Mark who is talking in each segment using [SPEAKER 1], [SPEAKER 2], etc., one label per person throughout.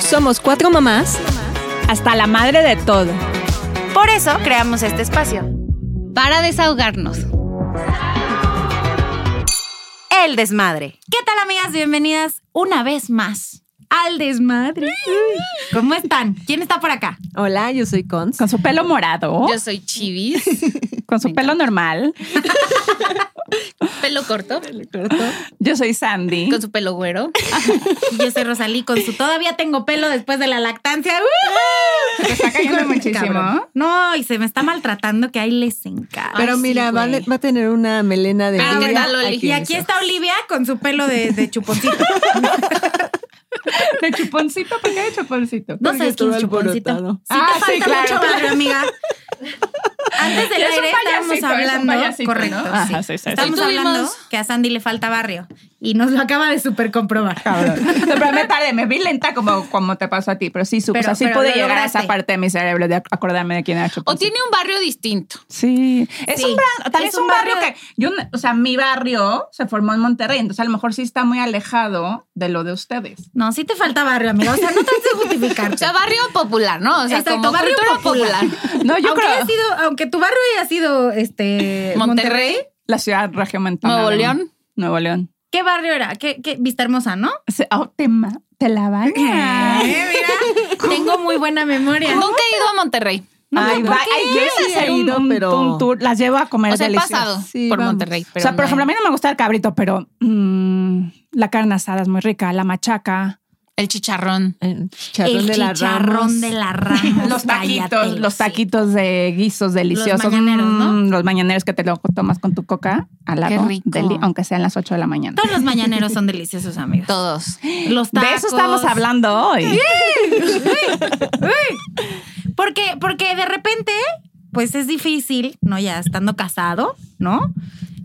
[SPEAKER 1] Somos cuatro mamás
[SPEAKER 2] hasta la madre de todo.
[SPEAKER 3] Por eso creamos este espacio.
[SPEAKER 4] para desahogarnos.
[SPEAKER 3] El desmadre.
[SPEAKER 5] ¿Qué tal, amigas? Bienvenidas una vez más al desmadre. ¿Cómo están? ¿Quién está por acá?
[SPEAKER 1] Hola, yo soy Cons.
[SPEAKER 2] Con su pelo morado,
[SPEAKER 4] Yo soy Chivis,
[SPEAKER 2] con su pelo normal.
[SPEAKER 4] pelo corto,
[SPEAKER 2] Yo soy Sandy.
[SPEAKER 4] con su pelo güero.
[SPEAKER 5] Y Yo soy Rosalí con su todavía tengo pelo después de la lactancia. ¡Uh!
[SPEAKER 2] te está cayendo muchísimo.
[SPEAKER 5] No, y se me está maltratando que ahí les encanta.
[SPEAKER 1] Pero
[SPEAKER 4] Ay, sí,
[SPEAKER 1] mira, va, a-
[SPEAKER 4] güey.
[SPEAKER 1] va a tener una melena de.
[SPEAKER 4] Pero ¿qué
[SPEAKER 1] Olivia
[SPEAKER 4] tal, Oli?
[SPEAKER 5] Y aquí está Olivia con su pelo de, de chuponcito.
[SPEAKER 2] De chuponcito, ¿por qué de chuponcito?
[SPEAKER 5] No
[SPEAKER 1] Porque
[SPEAKER 5] sabes quién es
[SPEAKER 1] todo
[SPEAKER 5] chuponcito.
[SPEAKER 1] alborotado.
[SPEAKER 5] Sí,
[SPEAKER 2] Ah,
[SPEAKER 5] te falta
[SPEAKER 2] sí, claro.
[SPEAKER 5] mucho barrio, amiga. Antes del
[SPEAKER 2] Es un
[SPEAKER 5] aire estábamos
[SPEAKER 2] payasito, es un
[SPEAKER 5] hablando.
[SPEAKER 2] payasito,
[SPEAKER 5] correcto.
[SPEAKER 2] ¿no? Ajá,
[SPEAKER 5] sí.
[SPEAKER 2] sí, sí, sí.
[SPEAKER 5] Estamos
[SPEAKER 4] Sí, tuvimos-
[SPEAKER 5] hablando que a Sandy le falta barrio. Y nos lo acaba de super comprobar.
[SPEAKER 2] Cabrón. No, pero me tardé, me vi lenta como, como te pasó a ti, pero sí, supe,
[SPEAKER 5] Pero-
[SPEAKER 2] o sea, sí
[SPEAKER 5] pero
[SPEAKER 2] pude
[SPEAKER 5] lo
[SPEAKER 2] llegar a esa
[SPEAKER 5] lograste.
[SPEAKER 2] parte de mi cerebro de ac- acordarme de quién era
[SPEAKER 4] O
[SPEAKER 2] Chuponcito.
[SPEAKER 4] tiene un barrio distinto.
[SPEAKER 2] Sí, es
[SPEAKER 5] Sí.
[SPEAKER 2] un barrio, también es un, barrio, que, yo, no- o sea, mi barrio se formó en Monterrey, entonces a lo mejor sí está muy alejado de lo de ustedes.
[SPEAKER 5] No, sí te falta barrio, amiga. O sea, no trates de justificarte.
[SPEAKER 4] O sea, barrio popular, ¿no? O sea,
[SPEAKER 5] Exacto,
[SPEAKER 4] como
[SPEAKER 5] barrio
[SPEAKER 4] cultura
[SPEAKER 5] popular.
[SPEAKER 4] popular.
[SPEAKER 2] No, yo
[SPEAKER 5] aunque,
[SPEAKER 2] creo
[SPEAKER 5] haya sido, aunque tu barrio haya sido este
[SPEAKER 4] Monterrey,
[SPEAKER 2] la ciudad regiomontana.
[SPEAKER 4] Nuevo
[SPEAKER 2] ¿no?
[SPEAKER 4] León.
[SPEAKER 2] Nuevo León.
[SPEAKER 5] ¿Qué barrio era? ¿Qué, qué? Vista Hermosa, ¿no?
[SPEAKER 2] Se- Oh, te, ma- te la van
[SPEAKER 1] Ah.
[SPEAKER 5] Eh, mira, tengo muy buena memoria.
[SPEAKER 4] nunca he ido a Monterrey.
[SPEAKER 2] Ay,
[SPEAKER 1] ¿por
[SPEAKER 2] va-
[SPEAKER 1] qué?
[SPEAKER 2] ay,
[SPEAKER 1] Yo sí
[SPEAKER 2] quieres
[SPEAKER 1] he
[SPEAKER 2] hacer un,
[SPEAKER 1] ido,
[SPEAKER 2] un-
[SPEAKER 1] pero-
[SPEAKER 2] un tour. Las llevo a comer
[SPEAKER 4] O sea, he
[SPEAKER 2] delicioso.
[SPEAKER 4] pasado
[SPEAKER 1] Sí,
[SPEAKER 4] por
[SPEAKER 1] vamos.
[SPEAKER 4] Monterrey.
[SPEAKER 2] O
[SPEAKER 4] Pero
[SPEAKER 2] sea, por
[SPEAKER 4] no
[SPEAKER 2] ejemplo, a
[SPEAKER 4] he-
[SPEAKER 2] mí no me gusta el cabrito, pero mm, la carne asada es muy rica, la machaca,
[SPEAKER 4] el chicharrón.
[SPEAKER 1] El chicharrón
[SPEAKER 5] el
[SPEAKER 1] de la
[SPEAKER 5] chicharrón
[SPEAKER 1] Ramos.
[SPEAKER 5] de la rama.
[SPEAKER 2] los taquitos, los taquitos de guisos deliciosos.
[SPEAKER 5] mañaneros, ¿no?
[SPEAKER 2] Mm, Los mañaneros que te lo tomas con tu coca al lado,
[SPEAKER 4] Qué rico.
[SPEAKER 2] del- aunque sean las 8 de la mañana.
[SPEAKER 5] Todos los mañaneros son deliciosos, amigos.
[SPEAKER 4] Todos.
[SPEAKER 5] Los tacos.
[SPEAKER 2] De eso estamos hablando hoy.
[SPEAKER 5] Porque, porque de repente, pues es difícil, ¿no? Ya estando casado, ¿no?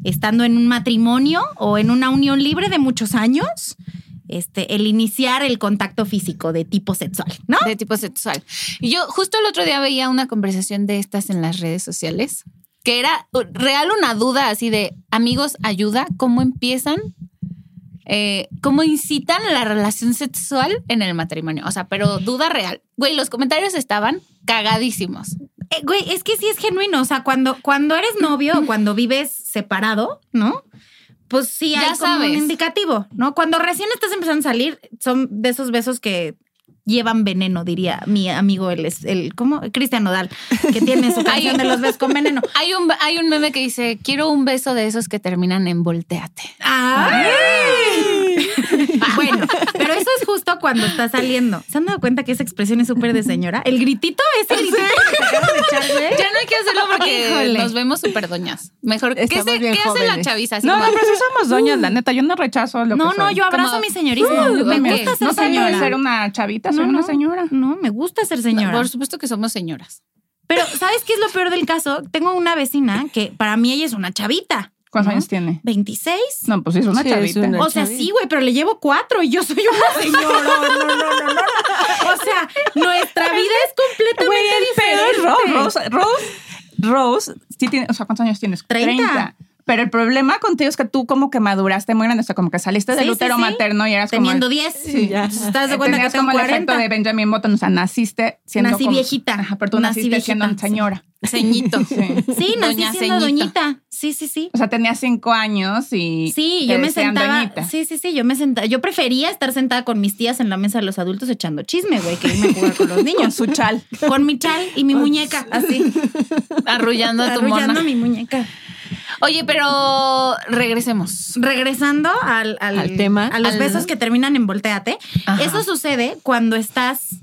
[SPEAKER 5] Estando en un matrimonio o en una unión libre de muchos años, este, el iniciar el contacto físico de tipo sexual, ¿no?
[SPEAKER 4] De tipo sexual. Y yo justo el otro día veía una conversación de estas en las redes sociales, que era uh, real una duda así de, amigos, ayuda, ¿cómo empiezan? Eh, ¿Cómo incitan la relación sexual en el matrimonio? O sea, pero duda real. Güey, los comentarios estaban cagadísimos.
[SPEAKER 5] Eh, güey, es que sí es genuino. O sea, cuando, cuando eres novio o cuando vives separado, ¿no? Pues sí hay
[SPEAKER 4] Ya
[SPEAKER 5] como un
[SPEAKER 4] sabes.
[SPEAKER 5] indicativo, ¿no? Cuando recién estás empezando a salir, son de esos besos que llevan veneno, diría mi amigo, el, es- el ¿cómo? Cristian Nodal, que tiene su canción de los besos con veneno.
[SPEAKER 4] Hay un, hay un meme que dice, quiero un beso de esos que terminan en volteate.
[SPEAKER 2] Ah.
[SPEAKER 5] ¡Ay! Ah, Bueno, pero eso es justo cuando estás saliendo. ¿Se han dado cuenta que esa expresión es súper de señora? El gritito ese gritito que te acabas de echar, güey.
[SPEAKER 4] Ya no hay que hacerlo porque
[SPEAKER 5] Híjole.
[SPEAKER 4] nos vemos súper doñas. Mejor, ¿qué,
[SPEAKER 1] Estamos
[SPEAKER 4] se-
[SPEAKER 1] bien
[SPEAKER 4] qué hace la
[SPEAKER 1] jóvenes.
[SPEAKER 4] chaviza? Así
[SPEAKER 2] No, no,
[SPEAKER 4] como-
[SPEAKER 2] pero sí somos doñas, la neta. Yo no rechazo lo
[SPEAKER 5] Mm. No,
[SPEAKER 2] que
[SPEAKER 5] no,
[SPEAKER 2] soy.
[SPEAKER 5] yo abrazo
[SPEAKER 4] Como-
[SPEAKER 5] mi señorismo.
[SPEAKER 4] Uh,
[SPEAKER 5] me
[SPEAKER 4] ok.
[SPEAKER 5] gusta ser
[SPEAKER 2] No sabía
[SPEAKER 5] señora.
[SPEAKER 2] de ser una chavita, soy
[SPEAKER 5] No,
[SPEAKER 2] una
[SPEAKER 5] no.
[SPEAKER 2] señora.
[SPEAKER 5] No, me gusta ser señora.
[SPEAKER 4] Por supuesto que somos señoras.
[SPEAKER 5] Pero, ¿sabes qué es lo peor del caso? Tengo una vecina que para mí ella es una chavita.
[SPEAKER 2] ¿Cuántos
[SPEAKER 5] ¿no?
[SPEAKER 2] años tiene?
[SPEAKER 5] 26.
[SPEAKER 2] No, pues sí, es una
[SPEAKER 1] Sí, es
[SPEAKER 2] chavita.
[SPEAKER 1] una-
[SPEAKER 5] O sea,
[SPEAKER 1] chavita.
[SPEAKER 5] sí, güey, pero le llevo cuatro y yo soy una señora. No, no, no, no, no. O sea, nuestra vida es completamente
[SPEAKER 2] Güey, el pedo es
[SPEAKER 5] diferente.
[SPEAKER 2] Rose. Rose, Rose, Rose, sí tiene, o sea, ¿cuántos años tienes?
[SPEAKER 5] Treinta.
[SPEAKER 2] Pero el problema contigo es que tú como que maduraste muy grande, o sea, como que saliste del
[SPEAKER 5] Sí, sí,
[SPEAKER 2] útero
[SPEAKER 5] sí.
[SPEAKER 2] materno y eras
[SPEAKER 5] Teniendo
[SPEAKER 2] como...
[SPEAKER 5] 10.
[SPEAKER 1] Sí, ya.
[SPEAKER 5] Entonces, ¿Estás de cuenta que
[SPEAKER 2] Eh, tenías
[SPEAKER 5] tengo
[SPEAKER 2] como el
[SPEAKER 5] 40?
[SPEAKER 2] efecto de Benjamin Button, o sea, naciste siendo
[SPEAKER 5] Nací
[SPEAKER 2] como-
[SPEAKER 5] viejita.
[SPEAKER 2] Ajá, pero tú
[SPEAKER 5] Nací
[SPEAKER 2] naciste siendo
[SPEAKER 5] viejita, sí.
[SPEAKER 2] señora.
[SPEAKER 4] Ceñito.
[SPEAKER 2] Sí.
[SPEAKER 5] Sí, nací
[SPEAKER 4] Doña Ceñita.
[SPEAKER 5] siendo doñita. Sí, sí, sí.
[SPEAKER 2] O sea, tenías cinco años y este,
[SPEAKER 5] Sí,
[SPEAKER 2] te
[SPEAKER 5] yo me
[SPEAKER 2] decían
[SPEAKER 5] sentaba.
[SPEAKER 2] doñita.
[SPEAKER 5] Sí, sí, sí, yo me sentaba. Yo prefería estar sentada con mis tías en la mesa de los adultos echando chisme, güey, que irme a jugar con los
[SPEAKER 2] Con
[SPEAKER 5] niños.
[SPEAKER 2] su chal.
[SPEAKER 5] Con mi chal y mi muñeca, así,
[SPEAKER 4] Arrullando a tu
[SPEAKER 5] arrullando
[SPEAKER 4] mona.
[SPEAKER 5] mi muñeca.
[SPEAKER 4] Oye, pero regresemos.
[SPEAKER 5] Regresando al,
[SPEAKER 1] Al tema.
[SPEAKER 5] a los
[SPEAKER 4] Al-
[SPEAKER 5] besos que terminan en volteate.
[SPEAKER 4] Ajá.
[SPEAKER 5] Eso sucede cuando estás,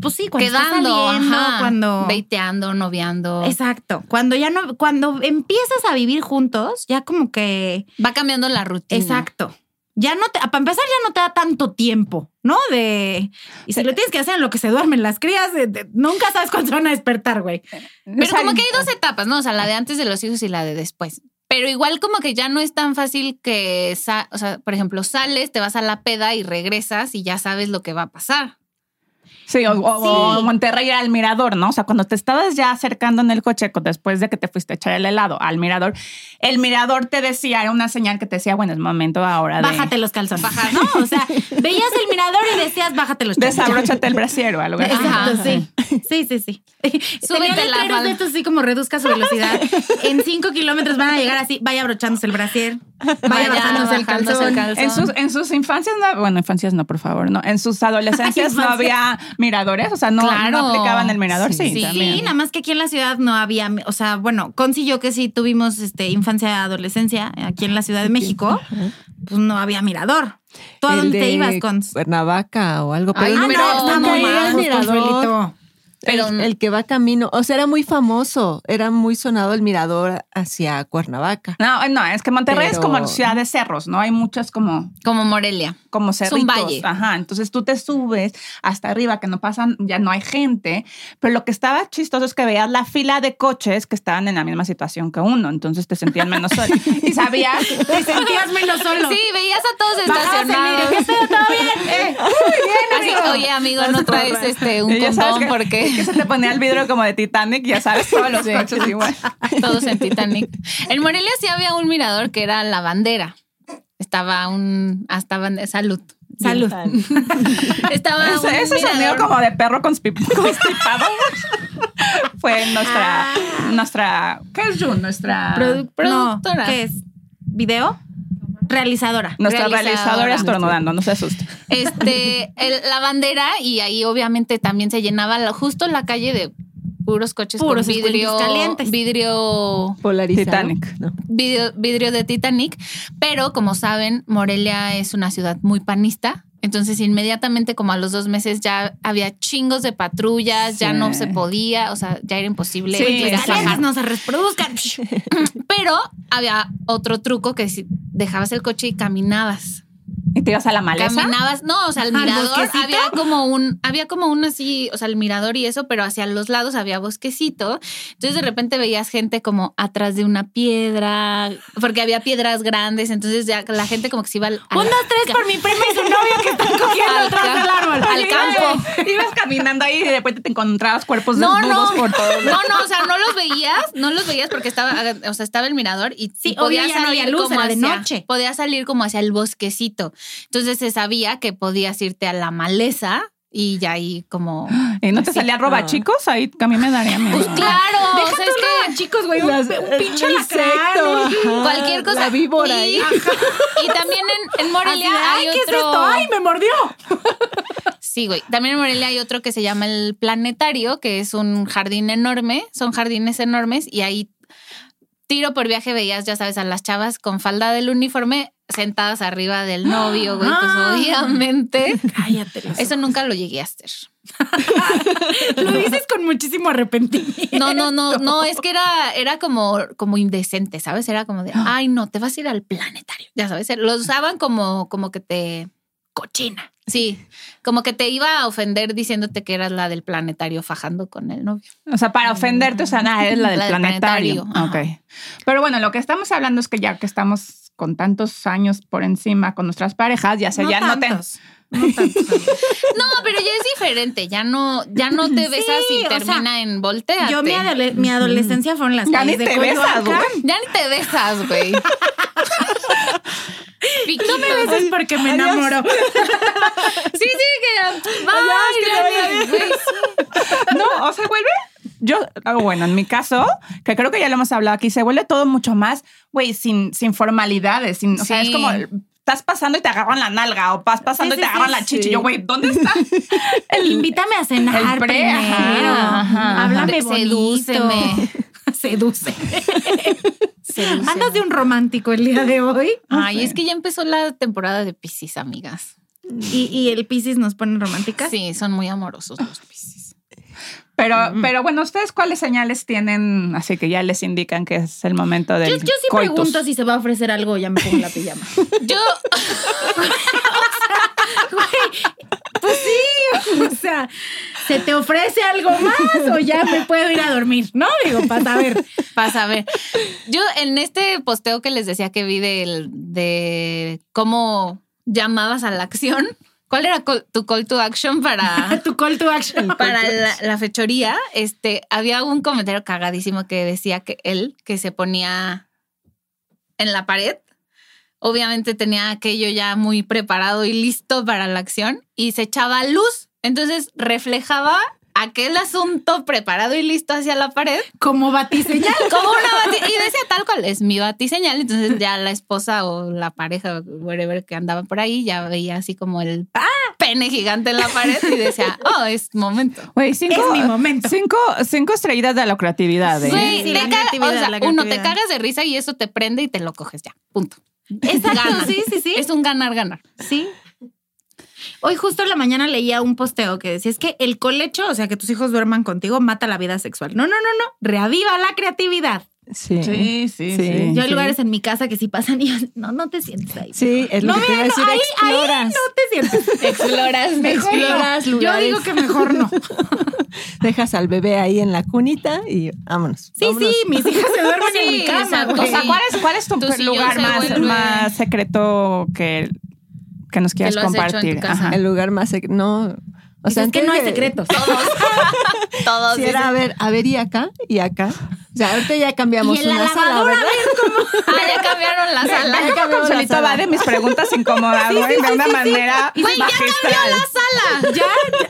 [SPEAKER 5] pues sí, cuando
[SPEAKER 4] Quedando,
[SPEAKER 5] estás saliendo,
[SPEAKER 4] ajá,
[SPEAKER 5] cuando
[SPEAKER 4] Veiteando, noviando.
[SPEAKER 5] exacto, cuando ya no, cuando empiezas a vivir juntos, ya como que
[SPEAKER 4] Va cambiando la rutina.
[SPEAKER 5] Exacto. Ya no te, para empezar, ya no te da tanto tiempo, ¿no? De. Y si lo tienes que hacer en lo que se duermen las crías, de- de- nunca sabes cuándo se van a despertar, güey.
[SPEAKER 4] Pero como que hay dos etapas, ¿no? O sea, la de antes de los hijos y la de después. Pero igual como que ya no es tan fácil que, sa- o sea, por ejemplo, sales, te vas a la peda y regresas y ya sabes lo que va a pasar.
[SPEAKER 2] Sí, o, o- o Monterrey era el mirador, ¿no? O sea, cuando te estabas ya acercando en el coche con- después de que te fuiste a echar el helado al mirador, el mirador te decía, era una señal que te decía, bueno, es momento ahora de...
[SPEAKER 5] Bájate los calzones. ¿no? O sea, veías el mirador y decías, bájate los calzones.
[SPEAKER 2] Desabróchate el brasier o algo así.
[SPEAKER 5] Exacto,
[SPEAKER 4] Ajá.
[SPEAKER 5] sí. Sí, sí, sí. Tenía
[SPEAKER 4] Súbete la
[SPEAKER 5] letreros
[SPEAKER 4] falda.
[SPEAKER 5] de estos así como reduzca su velocidad. En cinco kilómetros van a llegar así, vaya abrochándose el brasier, vaya
[SPEAKER 4] Vaya
[SPEAKER 5] bajándose el
[SPEAKER 4] bajándose el
[SPEAKER 5] calzón.
[SPEAKER 4] calzón.
[SPEAKER 2] En sus, en sus infancias, no, bueno, infancias no, por favor, no. En sus adolescencias no había miradores, o sea, no, no
[SPEAKER 4] Claro.
[SPEAKER 2] aplicaban el mirador, sí.
[SPEAKER 4] Sí.
[SPEAKER 2] también.
[SPEAKER 5] Sí, nada más que aquí en la ciudad no había, o sea, bueno, Conci y yo que sí tuvimos este infancia, adolescencia aquí en la Ciudad de México, pues no había mirador. ¿Tú a
[SPEAKER 1] El
[SPEAKER 5] dónde te
[SPEAKER 1] de
[SPEAKER 5] ibas, Cons?
[SPEAKER 1] Cuernavaca o algo. Pero
[SPEAKER 4] Ay,
[SPEAKER 1] no,
[SPEAKER 4] ah, no, está
[SPEAKER 1] nunca
[SPEAKER 4] muy
[SPEAKER 1] he ido al
[SPEAKER 4] mal,
[SPEAKER 1] mirador.
[SPEAKER 4] Pero-
[SPEAKER 1] el, el que va camino. O sea, era muy famoso. Era muy sonado el mirador hacia Cuernavaca.
[SPEAKER 2] No, no, es que Monterrey es
[SPEAKER 1] Pero-
[SPEAKER 2] como la ciudad de cerros, ¿no? Hay muchas como,
[SPEAKER 4] Como Morelia.
[SPEAKER 2] como
[SPEAKER 4] un
[SPEAKER 2] cerritos.
[SPEAKER 4] valle.
[SPEAKER 2] Ajá. Entonces tú te subes hasta arriba, que no pasan, ya no hay gente. Pero lo que estaba chistoso es que veías la fila de coches que estaban en la misma situación que uno. Entonces te sentías menos solo. y sabías, te sentías menos solo.
[SPEAKER 4] Sí, veías a todos
[SPEAKER 2] Bajadas,
[SPEAKER 4] estacionados.
[SPEAKER 2] mire, ¿qué pedo? ¿Todo bien? Eh, muy
[SPEAKER 4] Así,
[SPEAKER 2] bien, amigo.
[SPEAKER 4] oye, amigo, no traes este un
[SPEAKER 2] Y ya sabes que-
[SPEAKER 4] condón
[SPEAKER 2] Que
[SPEAKER 4] porque
[SPEAKER 2] se te ponía el vidrio como de Titanic, ya sabes, todos los
[SPEAKER 4] Sí.
[SPEAKER 2] coches igual.
[SPEAKER 4] todos en Titanic. En Morelia sí había un mirador que era la bandera. Estaba un hasta bande- salud.
[SPEAKER 5] Salud.
[SPEAKER 4] Estaba un
[SPEAKER 2] ese ese sonido
[SPEAKER 4] mirador.
[SPEAKER 2] como de perro conspi- constipado fue nuestra,
[SPEAKER 4] Ah.
[SPEAKER 2] nuestra, ¿qué es Jun? Nuestra,
[SPEAKER 5] Produ-
[SPEAKER 4] productora.
[SPEAKER 5] Ah, no, ¿Qué es? ¿Video? Realizadora.
[SPEAKER 2] nuestra
[SPEAKER 4] realizadora.
[SPEAKER 2] realizadora estornudando, no se asuste.
[SPEAKER 4] este, el- la bandera y ahí obviamente también se llenaba la- justo la calle de puros coches
[SPEAKER 5] Puros
[SPEAKER 4] con vidrio
[SPEAKER 5] escuintes calientes.
[SPEAKER 4] vidrio
[SPEAKER 1] Polarizado.
[SPEAKER 2] Titanic.
[SPEAKER 1] No.
[SPEAKER 4] vidrio, vidrio de Titanic, pero como saben, Morelia es una ciudad muy panista. Entonces, inmediatamente, como a los dos meses, ya había chingos de patrullas, ya
[SPEAKER 2] Sí.
[SPEAKER 4] no se podía, o sea, ya era imposible
[SPEAKER 2] Sí,
[SPEAKER 4] ir a
[SPEAKER 5] Las
[SPEAKER 2] exacto.
[SPEAKER 4] trabajar.
[SPEAKER 5] calientes no se reproduzcan.
[SPEAKER 4] Pero había otro truco que si dejabas el coche y caminabas.
[SPEAKER 2] Y te ibas a la maleza.
[SPEAKER 4] Caminabas, no, o sea, el
[SPEAKER 5] ¿Al
[SPEAKER 4] mirador
[SPEAKER 5] bosquecito?
[SPEAKER 4] había como un, había como un así, o sea, el mirador y eso, pero hacia los lados había bosquecito. Entonces de repente veías gente como atrás de una piedra, porque había piedras grandes, entonces ya la gente como que se iba al, al-
[SPEAKER 5] Un, dos, tres por mi prima y su novio que están cogiendo
[SPEAKER 4] Al
[SPEAKER 5] atrás
[SPEAKER 4] ca-
[SPEAKER 5] del árbol.
[SPEAKER 4] al campo.
[SPEAKER 2] Ibas caminando ahí y de repente te encontrabas cuerpos
[SPEAKER 4] No,
[SPEAKER 2] desnudos
[SPEAKER 4] no.
[SPEAKER 2] por todos
[SPEAKER 4] No, no, o sea, no los veías, no los veías porque estaba, o sea, estaba el mirador y
[SPEAKER 5] Sí,
[SPEAKER 4] y podía
[SPEAKER 5] obvio, ya no había luz, era de
[SPEAKER 4] hacia-
[SPEAKER 5] noche.
[SPEAKER 4] Podía salir como hacia el bosquecito. Entonces se sabía que podías irte a la maleza y ya ahí como
[SPEAKER 2] Y no te salía roba,
[SPEAKER 1] no.
[SPEAKER 2] chicos, ahí a mí me daría miedo.
[SPEAKER 4] Pues claro, o sea, es que
[SPEAKER 5] chicos, güey,
[SPEAKER 1] Pues Las- eh, el insecto, ajá,
[SPEAKER 4] cualquier cosa.
[SPEAKER 1] La víbora.
[SPEAKER 4] y,
[SPEAKER 1] ahí.
[SPEAKER 4] y también en, en Morelia hay
[SPEAKER 5] Ay, ¿qué es
[SPEAKER 4] otro.
[SPEAKER 5] esto? Ay, me mordió.
[SPEAKER 4] Sí, güey. También en Morelia hay otro que se llama el Planetario, que es un jardín enorme. Son jardines enormes y ahí tiro por viaje veías, ya sabes, a las chavas con falda del uniforme sentadas arriba del novio, güey. Pues
[SPEAKER 5] Ah.
[SPEAKER 4] obviamente.
[SPEAKER 5] Cállate. los
[SPEAKER 4] Eso nunca lo llegué a hacer.
[SPEAKER 5] Lo dices con muchísimo arrepentimiento.
[SPEAKER 4] No, no, no, no, es que era, era como, como indecente, ¿sabes? Era como de,
[SPEAKER 5] Ah.
[SPEAKER 4] ay, no, te vas a ir al planetario. Ya sabes, lo usaban como, como que te. Cochina. Sí, como que te iba a ofender diciéndote que eras la del planetario fajando con el novio.
[SPEAKER 2] O sea, para ofenderte, o sea, nada, es la del
[SPEAKER 4] La del
[SPEAKER 2] planetario.
[SPEAKER 4] planetario,
[SPEAKER 2] Ok. Pero bueno, lo que estamos hablando es que ya que estamos con tantos años por encima con nuestras parejas, ya se, ya no te.
[SPEAKER 5] tantos, no tantos.
[SPEAKER 4] No, pero ya es diferente, ya no, ya no te besas
[SPEAKER 5] Sí,
[SPEAKER 4] y
[SPEAKER 5] o
[SPEAKER 4] termina en volteate.
[SPEAKER 5] Yo mi, adole- mi adolescencia fueron las
[SPEAKER 2] Ya ni
[SPEAKER 5] calles de
[SPEAKER 2] te besas,
[SPEAKER 5] Coyoacán.
[SPEAKER 2] güey.
[SPEAKER 4] Ya ni te besas, güey. Piquito.
[SPEAKER 5] Eso es porque me enamoro.
[SPEAKER 4] Sí, sí, que. Bye, güey.
[SPEAKER 2] No, o sea, vuelve. Yo, ah, bueno, en mi caso, que creo que ya lo hemos hablado aquí, se vuelve todo mucho más, güey, sin, sin formalidades. Sin, O sea,
[SPEAKER 4] Sí.
[SPEAKER 2] es como. Estás pasando y te agarran la nalga, o vas pasando
[SPEAKER 5] Sí,
[SPEAKER 2] y te
[SPEAKER 5] sí,
[SPEAKER 2] agarran
[SPEAKER 5] sí,
[SPEAKER 2] la chicha.
[SPEAKER 1] sí.
[SPEAKER 2] Y Yo, güey, ¿dónde está?
[SPEAKER 5] Invítame a cenar
[SPEAKER 2] El pre,
[SPEAKER 5] primero.
[SPEAKER 2] ajá, ajá,
[SPEAKER 5] Háblame
[SPEAKER 4] ajá.
[SPEAKER 5] bonito.
[SPEAKER 4] Sedúceme.
[SPEAKER 5] Seduce.
[SPEAKER 4] Sedúceme.
[SPEAKER 5] Andas de un romántico el día de hoy.
[SPEAKER 4] Ay, es que ya empezó la temporada de Piscis, amigas.
[SPEAKER 5] Y, y el Piscis nos pone románticas.
[SPEAKER 4] Sí, son muy amorosos los Piscis.
[SPEAKER 2] Pero, pero bueno, ¿ustedes cuáles señales tienen? Así que ya les indican que es el momento del
[SPEAKER 5] Yo, yo sí
[SPEAKER 2] coitus.
[SPEAKER 5] pregunto si se va a ofrecer algo, ya me pongo la pijama.
[SPEAKER 4] Yo,
[SPEAKER 5] pues O sea, ¿se te ofrece algo más o ya me puedo ir a dormir? No, digo, para saber.
[SPEAKER 4] pasa a ver. Yo en este posteo que les decía que vi del, de cómo llamabas a la acción, ¿Cuál era col- tu call to action para,
[SPEAKER 5] tu call to action.
[SPEAKER 4] para la, la fechoría? Este, había un comentario cagadísimo que decía que él, que se ponía en la pared, obviamente tenía aquello ya muy preparado y listo para la acción y se echaba luz. Entonces reflejaba aquel asunto preparado y listo hacia la pared
[SPEAKER 5] Como batiseñal.
[SPEAKER 4] como una bati- y decía tal cual es mi batiseñal entonces ya la esposa o la pareja o whatever que andaba por ahí ya veía así como el ¡ah! pene gigante en la pared y decía oh es momento
[SPEAKER 2] Güey, cinco,
[SPEAKER 5] Es mi momento.
[SPEAKER 2] Cinco, cinco estrellitas de la creatividad. ¿eh?
[SPEAKER 4] Güey, te
[SPEAKER 5] sí, la
[SPEAKER 4] caga- o
[SPEAKER 5] creatividad,
[SPEAKER 4] sea,
[SPEAKER 5] la
[SPEAKER 4] uno te
[SPEAKER 5] creatividad.
[SPEAKER 4] cagas de risa y eso te prende y te lo coges ya punto Gana.
[SPEAKER 5] sí, sí, sí.
[SPEAKER 4] es un ganar ganar
[SPEAKER 5] Sí. Hoy justo en la mañana leía un posteo que decía, es que el colecho, o sea, que tus hijos duerman contigo, mata la vida sexual. No, no, no, no, reaviva la creatividad.
[SPEAKER 1] Sí.
[SPEAKER 2] Sí, sí,
[SPEAKER 1] Sí.
[SPEAKER 2] sí.
[SPEAKER 5] Yo hay lugares en mi casa que sí pasan y yo, no, no te sientes ahí.
[SPEAKER 1] Sí, es lo
[SPEAKER 5] No,
[SPEAKER 1] que te iba a
[SPEAKER 5] mira, no,
[SPEAKER 1] decir.
[SPEAKER 5] ahí, ahí
[SPEAKER 1] exploras.
[SPEAKER 5] no te sientes. Eh,
[SPEAKER 4] exploras
[SPEAKER 5] Mejor no.
[SPEAKER 1] exploras
[SPEAKER 5] Yo
[SPEAKER 1] lugares.
[SPEAKER 5] digo que mejor no.
[SPEAKER 1] Dejas al bebé ahí en la cunita y vámonos.
[SPEAKER 5] Sí,
[SPEAKER 1] vámonos.
[SPEAKER 5] sí, mis hijas se duermen en
[SPEAKER 4] Sí,
[SPEAKER 5] mi casa.
[SPEAKER 4] exacto.
[SPEAKER 2] O sea,
[SPEAKER 4] Sí.
[SPEAKER 2] ¿cuál es, cuál es tu,
[SPEAKER 4] Tu sillón
[SPEAKER 2] lugar
[SPEAKER 4] se
[SPEAKER 2] más,
[SPEAKER 4] vuelve-
[SPEAKER 2] más secreto que, que nos quieras
[SPEAKER 4] lo has hecho en tu
[SPEAKER 2] compartir?
[SPEAKER 4] casa.
[SPEAKER 2] Ajá.
[SPEAKER 1] El lugar más sec- no. O sea,
[SPEAKER 5] es Ah. que no hay
[SPEAKER 1] antes de-
[SPEAKER 5] secretos.
[SPEAKER 4] todos todos
[SPEAKER 1] si era a ver, a ver y acá y acá. O sea, ahorita ya cambiamos
[SPEAKER 5] Y en la
[SPEAKER 1] una sala,
[SPEAKER 5] lavadora,
[SPEAKER 1] ¿verdad?
[SPEAKER 4] ah ya cambiaron la
[SPEAKER 2] La
[SPEAKER 4] sala
[SPEAKER 2] neta,
[SPEAKER 1] cambiamos la
[SPEAKER 2] Consuelito
[SPEAKER 1] sala.
[SPEAKER 2] va de mis preguntas incómodas güey, de una manera
[SPEAKER 4] Güey, ya
[SPEAKER 2] magistral.
[SPEAKER 4] sala
[SPEAKER 5] Ya,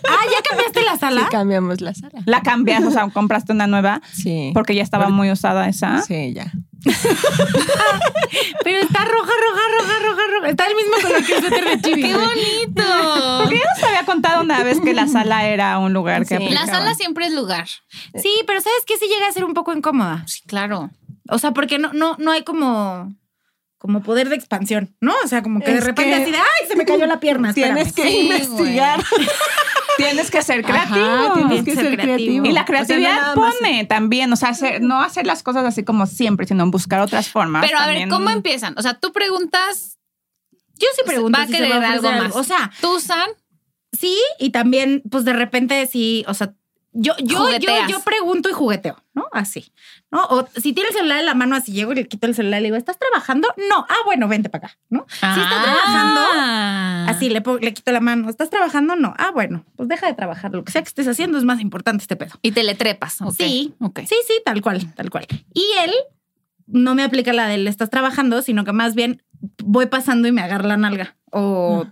[SPEAKER 5] ah, ya cambiaste la
[SPEAKER 1] Sí,
[SPEAKER 5] sala.
[SPEAKER 1] cambiamos la sala.
[SPEAKER 2] La cambias, o sea, compraste una nueva
[SPEAKER 1] Sí.
[SPEAKER 2] porque ya estaba muy usada esa.
[SPEAKER 1] Sí, ya.
[SPEAKER 5] Pero está roja, roja, roja, roja, roja. Está el mismo color que el suéter de Chibi.
[SPEAKER 4] qué
[SPEAKER 5] güey.
[SPEAKER 4] bonito
[SPEAKER 2] Porque ya nos había contado una vez que la sala era un lugar que
[SPEAKER 1] Sí.
[SPEAKER 4] la
[SPEAKER 2] aplicaban.
[SPEAKER 4] sala siempre es lugar
[SPEAKER 5] Sí, pero ¿sabes qué? Sí llega a ser un poco incómoda.
[SPEAKER 4] sí claro
[SPEAKER 5] O sea, porque no, no, no hay como, como poder de expansión, ¿no? O sea, como que de
[SPEAKER 1] Es
[SPEAKER 5] repente
[SPEAKER 1] que-
[SPEAKER 5] así de, ¡ay, se me cayó la pierna!
[SPEAKER 1] Tienes que
[SPEAKER 5] espérame".
[SPEAKER 4] Sí,
[SPEAKER 1] investigar.
[SPEAKER 2] Tienes que ser
[SPEAKER 1] Ajá,
[SPEAKER 2] creativo.
[SPEAKER 1] tienes que
[SPEAKER 5] Ser
[SPEAKER 1] ser
[SPEAKER 5] creativo.
[SPEAKER 1] creativo.
[SPEAKER 2] Y la
[SPEAKER 1] O sea, no
[SPEAKER 2] creatividad
[SPEAKER 1] nada más-
[SPEAKER 2] pone también, o sea, hacer- no hacer las cosas así como siempre, sino buscar otras formas.
[SPEAKER 4] pero a ver
[SPEAKER 2] también.
[SPEAKER 4] cómo empiezan o sea tú preguntas
[SPEAKER 5] Yo sí pregunto
[SPEAKER 4] Va a
[SPEAKER 5] si se
[SPEAKER 4] querer
[SPEAKER 5] ofrecer
[SPEAKER 4] algo más.
[SPEAKER 5] O sea,
[SPEAKER 4] tú San
[SPEAKER 5] sí, y también, pues de repente sí, o sea, yo, yo, yo,
[SPEAKER 4] Jugueteas.
[SPEAKER 5] yo pregunto y jugueteo, ¿no? Así, ¿no? O si tiene el celular en la mano, así llego y le quito el celular y le digo, ¿estás trabajando? No. Ah, bueno, vente para acá, ¿no? Si
[SPEAKER 4] Ah.
[SPEAKER 5] está trabajando, Así le, pongo- le quito la mano. ¿Estás trabajando? No. Ah, bueno, pues deja de trabajar. Lo que sea que estés haciendo es más importante este pedo.
[SPEAKER 4] Y te le trepas. ok,
[SPEAKER 5] Sí.
[SPEAKER 4] ok.
[SPEAKER 5] Sí, sí, tal cual, tal cual. Y él no me aplica la del estás trabajando, sino que más bien voy pasando y me agarra la nalga o,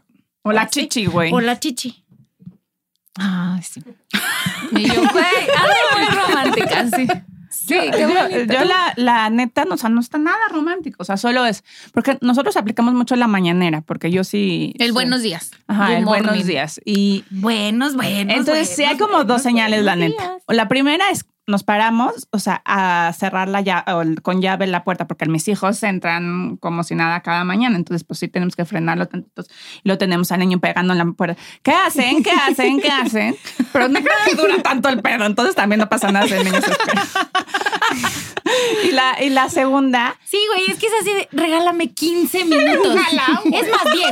[SPEAKER 2] O la
[SPEAKER 5] Sí.
[SPEAKER 2] chichi, güey.
[SPEAKER 5] o la chichi.
[SPEAKER 4] Ah, sí. Y yo, güey, algo muy romántica, sí. Sí, qué
[SPEAKER 2] Yo,
[SPEAKER 4] bonito.
[SPEAKER 2] yo la, la neta, no, o sea, no está nada romántico. O sea, solo es. Porque nosotros aplicamos mucho la mañana, porque yo sí.
[SPEAKER 4] El
[SPEAKER 2] sí.
[SPEAKER 4] buenos días.
[SPEAKER 2] Ajá,
[SPEAKER 4] Good
[SPEAKER 2] el
[SPEAKER 4] morning.
[SPEAKER 2] buenos días. Y
[SPEAKER 5] Buenos, buenos.
[SPEAKER 2] entonces sí hay
[SPEAKER 5] buenos,
[SPEAKER 2] como dos
[SPEAKER 5] buenos,
[SPEAKER 2] señales, la
[SPEAKER 5] buenos
[SPEAKER 2] neta.
[SPEAKER 5] días.
[SPEAKER 2] O La primera es nos paramos, o sea, a cerrar la llave, o el- con llave la puerta, porque mis hijos entran como si nada cada mañana. Entonces, pues sí tenemos que frenarlo tantitos. Y lo tenemos al niño pegando en la puerta. ¿Qué hacen? ¿Qué hacen? ¿Qué hacen? Pero no creo que dura tanto el pedo. Entonces también no pasa nada si el niño se espera. Y la, y la segunda
[SPEAKER 5] Sí, güey, es que es así de regálame 15 minutos. es más, 10.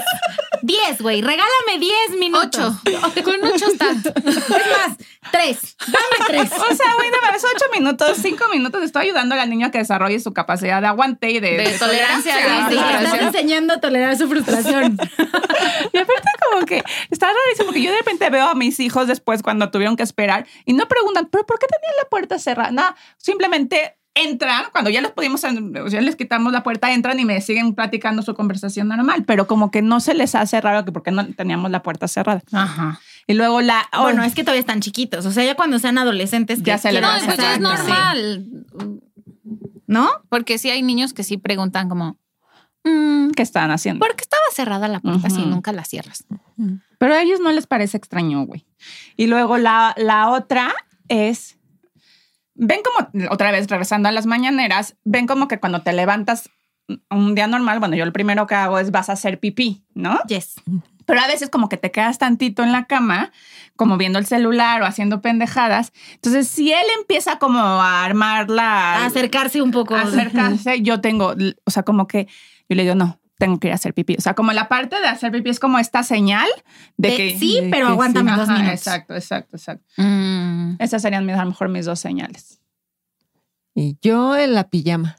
[SPEAKER 5] 10, güey. Regálame 10 minutos.
[SPEAKER 4] Ocho. Con ocho está.
[SPEAKER 5] Es más, 3. Dame 3.
[SPEAKER 2] O sea, güey, no mames, ocho minutos, cinco minutos, estoy ayudando al niño a que desarrolle su capacidad de aguante y de,
[SPEAKER 4] De
[SPEAKER 2] de
[SPEAKER 4] tolerancia,
[SPEAKER 2] ah,
[SPEAKER 5] Sí,
[SPEAKER 4] sí,
[SPEAKER 5] le
[SPEAKER 4] sí,
[SPEAKER 5] estás
[SPEAKER 4] sí.
[SPEAKER 5] enseñando a tolerar su frustración.
[SPEAKER 2] Y aparte como que está rarísimo porque yo de repente veo a mis hijos después cuando tuvieron que esperar y no preguntan, pero ¿por qué tenían la puerta cerrada? Nada, simplemente entran, cuando ya los pudimos, o sea, les quitamos la puerta, entran y me siguen platicando su conversación normal, pero como que no se les hace raro que porque no teníamos la puerta cerrada.
[SPEAKER 4] Ajá.
[SPEAKER 2] Y luego la... oh,
[SPEAKER 5] Bueno, es que todavía están chiquitos. O sea, ya cuando sean adolescentes,
[SPEAKER 2] Ya
[SPEAKER 5] que
[SPEAKER 2] se le
[SPEAKER 4] No,
[SPEAKER 5] quieran
[SPEAKER 2] va a
[SPEAKER 4] pues
[SPEAKER 5] hacer-
[SPEAKER 4] ya es
[SPEAKER 2] Exacto,
[SPEAKER 4] normal.
[SPEAKER 5] ¿No?
[SPEAKER 4] Porque sí hay niños que sí preguntan como, mm,
[SPEAKER 2] ¿Qué están haciendo?
[SPEAKER 4] ¿por qué estaba cerrada la puerta si
[SPEAKER 2] Ujú.
[SPEAKER 4] nunca la cierras?
[SPEAKER 2] Pero a ellos no les parece extraño, güey. Y luego la, la otra es, ven como, otra vez regresando a las mañaneras, ven como que cuando te levantas un día normal, bueno, yo lo primero que hago es vas a hacer pipí, ¿no?
[SPEAKER 5] Yes.
[SPEAKER 2] Pero a veces como que te quedas tantito en la cama, como viendo el celular o haciendo pendejadas. Entonces, si él empieza como a armar la...
[SPEAKER 5] Acercarse un poco.
[SPEAKER 2] acercarse, yo tengo, o sea, como que yo le digo, no, tengo que ir a hacer pipí. O sea, como la parte de hacer pipí es como esta señal de,
[SPEAKER 5] De-
[SPEAKER 2] que...
[SPEAKER 5] sí,
[SPEAKER 1] de
[SPEAKER 5] pero
[SPEAKER 1] que
[SPEAKER 5] aguántame dos
[SPEAKER 2] Ajá,
[SPEAKER 5] minutos.
[SPEAKER 2] Exacto, exacto, exacto.
[SPEAKER 4] Mm.
[SPEAKER 2] Esas serían mis, a lo mejor mis dos señales.
[SPEAKER 1] Y yo en la pijama.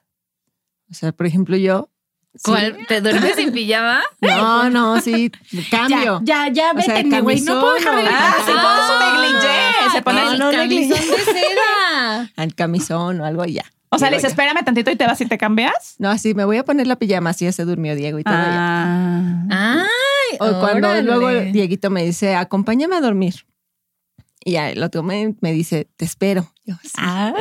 [SPEAKER 1] O sea, por ejemplo, yo
[SPEAKER 3] ¿Cuál? ¿Te duermes sin pijama?
[SPEAKER 1] No, no, sí, cambio.
[SPEAKER 5] Ya, ya,
[SPEAKER 1] O sea,
[SPEAKER 5] vete, mi güey. No puedo dejar de
[SPEAKER 1] camisón,
[SPEAKER 5] gritar.
[SPEAKER 2] Ah, se pone su negligé. Se pone
[SPEAKER 1] no,
[SPEAKER 2] su-
[SPEAKER 1] no,
[SPEAKER 3] camisón de seda.
[SPEAKER 1] Al camisón o algo y ya.
[SPEAKER 2] O sea, le
[SPEAKER 1] Digo
[SPEAKER 2] dices,
[SPEAKER 1] ya.
[SPEAKER 2] espérame tantito y te vas y te cambias.
[SPEAKER 1] No, así me voy a poner la pijama, así ya se durmió Diego y todo. ya.
[SPEAKER 2] Ah.
[SPEAKER 3] Ay,
[SPEAKER 1] O cuando
[SPEAKER 3] órale.
[SPEAKER 1] luego Dieguito me dice, acompáñame a dormir. Y ya lo tomé y me dice, te espero. Yo, sí.
[SPEAKER 2] Ah.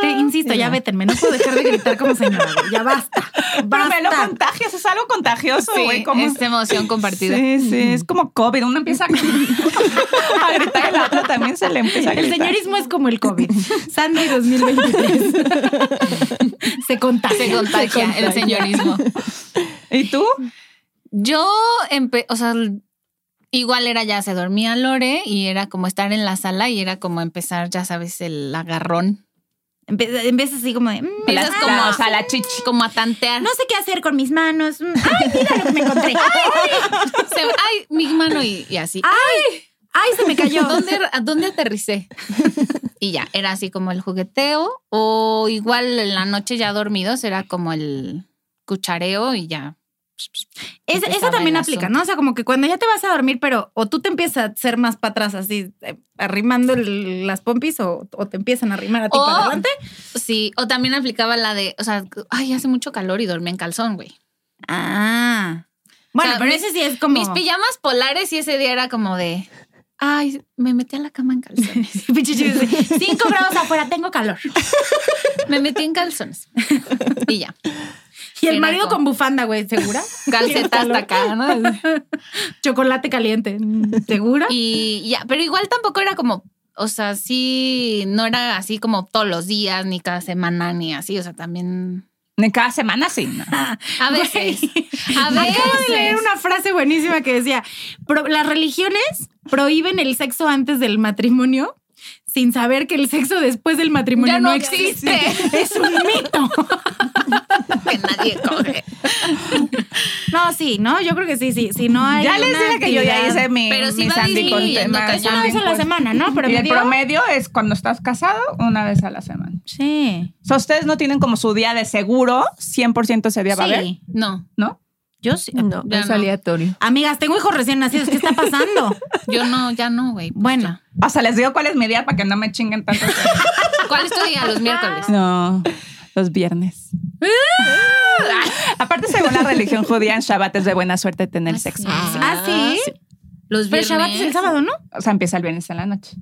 [SPEAKER 5] Te insisto, ya vétenme. No puedo dejar de gritar como señora. güey. Ya basta.
[SPEAKER 2] Pero me lo
[SPEAKER 5] Basta.
[SPEAKER 2] contagias, es algo contagioso, güey.
[SPEAKER 4] Sí,
[SPEAKER 2] como-
[SPEAKER 4] es emoción compartida.
[SPEAKER 2] Sí, sí, es como COVID. Uno empieza a a gritar y la otra también se le empieza a
[SPEAKER 5] El
[SPEAKER 2] gritar.
[SPEAKER 5] señorismo es como el COVID. Sandy 2023. Se contagia.
[SPEAKER 4] Se contagia el señorismo.
[SPEAKER 2] ¿Y tú?
[SPEAKER 4] Yo, empe- o sea, igual era ya, se dormía Lore y era como estar en la sala y era como empezar, ya sabes, el agarrón.
[SPEAKER 5] En vez así como de. mm,
[SPEAKER 4] Empiezas
[SPEAKER 5] ah,
[SPEAKER 4] como,
[SPEAKER 2] o sea, la chichi.
[SPEAKER 4] como a tantear.
[SPEAKER 5] No sé qué hacer con mis manos. Mm, Ay, mira lo que me encontré. Ay,
[SPEAKER 4] Se- ay, mi mano y, y así.
[SPEAKER 2] Ah,
[SPEAKER 5] ay, se me cayó.
[SPEAKER 4] ¿Dónde, er, ¿A dónde aterricé? Y ya, era así como el jugueteo o igual en la noche ya dormidos era como el cuchareo y ya.
[SPEAKER 5] Es- esa
[SPEAKER 4] Empezaba
[SPEAKER 5] también
[SPEAKER 4] el
[SPEAKER 5] aplica,
[SPEAKER 4] asunto.
[SPEAKER 5] ¿no? O sea, como que cuando ya te vas a dormir, pero o tú te empiezas a hacer más para atrás, así, eh, arrimando el- las pompis, o, o te empiezan a arrimar a ti
[SPEAKER 4] O-
[SPEAKER 5] para adelante.
[SPEAKER 4] Sí, o también aplicaba la de, o sea, ay, hace mucho calor y dormí en calzón, güey.
[SPEAKER 5] Ah. Bueno,
[SPEAKER 4] O sea,
[SPEAKER 5] pero
[SPEAKER 4] mis-
[SPEAKER 5] ese sí es como.
[SPEAKER 4] Mis pijamas polares y ese día era como de, ay, me metí a la cama en calzones.
[SPEAKER 5] Pinche chiste. Cinco grados afuera, tengo calor.
[SPEAKER 4] Me metí en calzones. Y ya,
[SPEAKER 5] Y el
[SPEAKER 4] Era
[SPEAKER 5] marido
[SPEAKER 4] como-
[SPEAKER 5] con bufanda, güey, ¿segura?
[SPEAKER 4] calceta hasta acá, ¿no?
[SPEAKER 5] Chocolate caliente, mm, ¿segura?
[SPEAKER 4] Y ya, pero igual tampoco era como, o sea, sí, no era así como todos los días, ni cada semana, ni así, o sea, también...
[SPEAKER 2] Ni cada semana sí. ¿no?
[SPEAKER 4] A veces. A
[SPEAKER 5] Acabo de leer
[SPEAKER 4] veces.
[SPEAKER 5] una frase buenísima que decía, "Pro- las religiones prohíben el sexo antes del matrimonio sin saber que el sexo después del matrimonio
[SPEAKER 4] Ya
[SPEAKER 5] no,
[SPEAKER 4] no
[SPEAKER 5] existe.
[SPEAKER 4] existe.
[SPEAKER 5] Es un mito.
[SPEAKER 4] Que nadie coge.
[SPEAKER 5] No, sí, no, yo creo que sí, sí. Si no hay
[SPEAKER 2] Ya les
[SPEAKER 5] una
[SPEAKER 2] dije que yo ya
[SPEAKER 5] actividad-
[SPEAKER 2] hice mi,
[SPEAKER 4] Pero sí
[SPEAKER 2] mi
[SPEAKER 4] va
[SPEAKER 2] Sandy con
[SPEAKER 4] disminuyendo,
[SPEAKER 2] tema. pues.
[SPEAKER 4] cañón.
[SPEAKER 5] Una vez a la semana, ¿no?
[SPEAKER 2] Y el
[SPEAKER 5] Promedio.
[SPEAKER 2] promedio es cuando estás casado, una vez a la semana.
[SPEAKER 5] Sí.
[SPEAKER 2] O sea, ustedes no tienen como su día de seguro, 100% ese día va a haber,
[SPEAKER 5] Sí.
[SPEAKER 4] No,
[SPEAKER 2] ¿no?
[SPEAKER 5] Yo sí.
[SPEAKER 1] No,
[SPEAKER 4] Ya
[SPEAKER 1] es
[SPEAKER 4] no.
[SPEAKER 1] aleatorio.
[SPEAKER 5] Amigas, tengo hijos recién nacidos. ¿Qué está pasando?
[SPEAKER 4] yo no, ya no, güey. pues
[SPEAKER 5] Bueno.
[SPEAKER 2] O sea, les digo cuál es mi día para que no me chinguen tanto.
[SPEAKER 4] ya. ¿Cuál es tu día? Los miércoles.
[SPEAKER 2] no, los viernes. Aparte, según la religión judía, en Shabbat es de buena suerte tener
[SPEAKER 4] Ah,
[SPEAKER 2] sexo.
[SPEAKER 4] sí.
[SPEAKER 5] Ah, sí.
[SPEAKER 4] Los
[SPEAKER 5] Pero
[SPEAKER 4] viernes.
[SPEAKER 5] Shabbat es el sábado, ¿no?
[SPEAKER 2] O sea, empieza el viernes en la noche.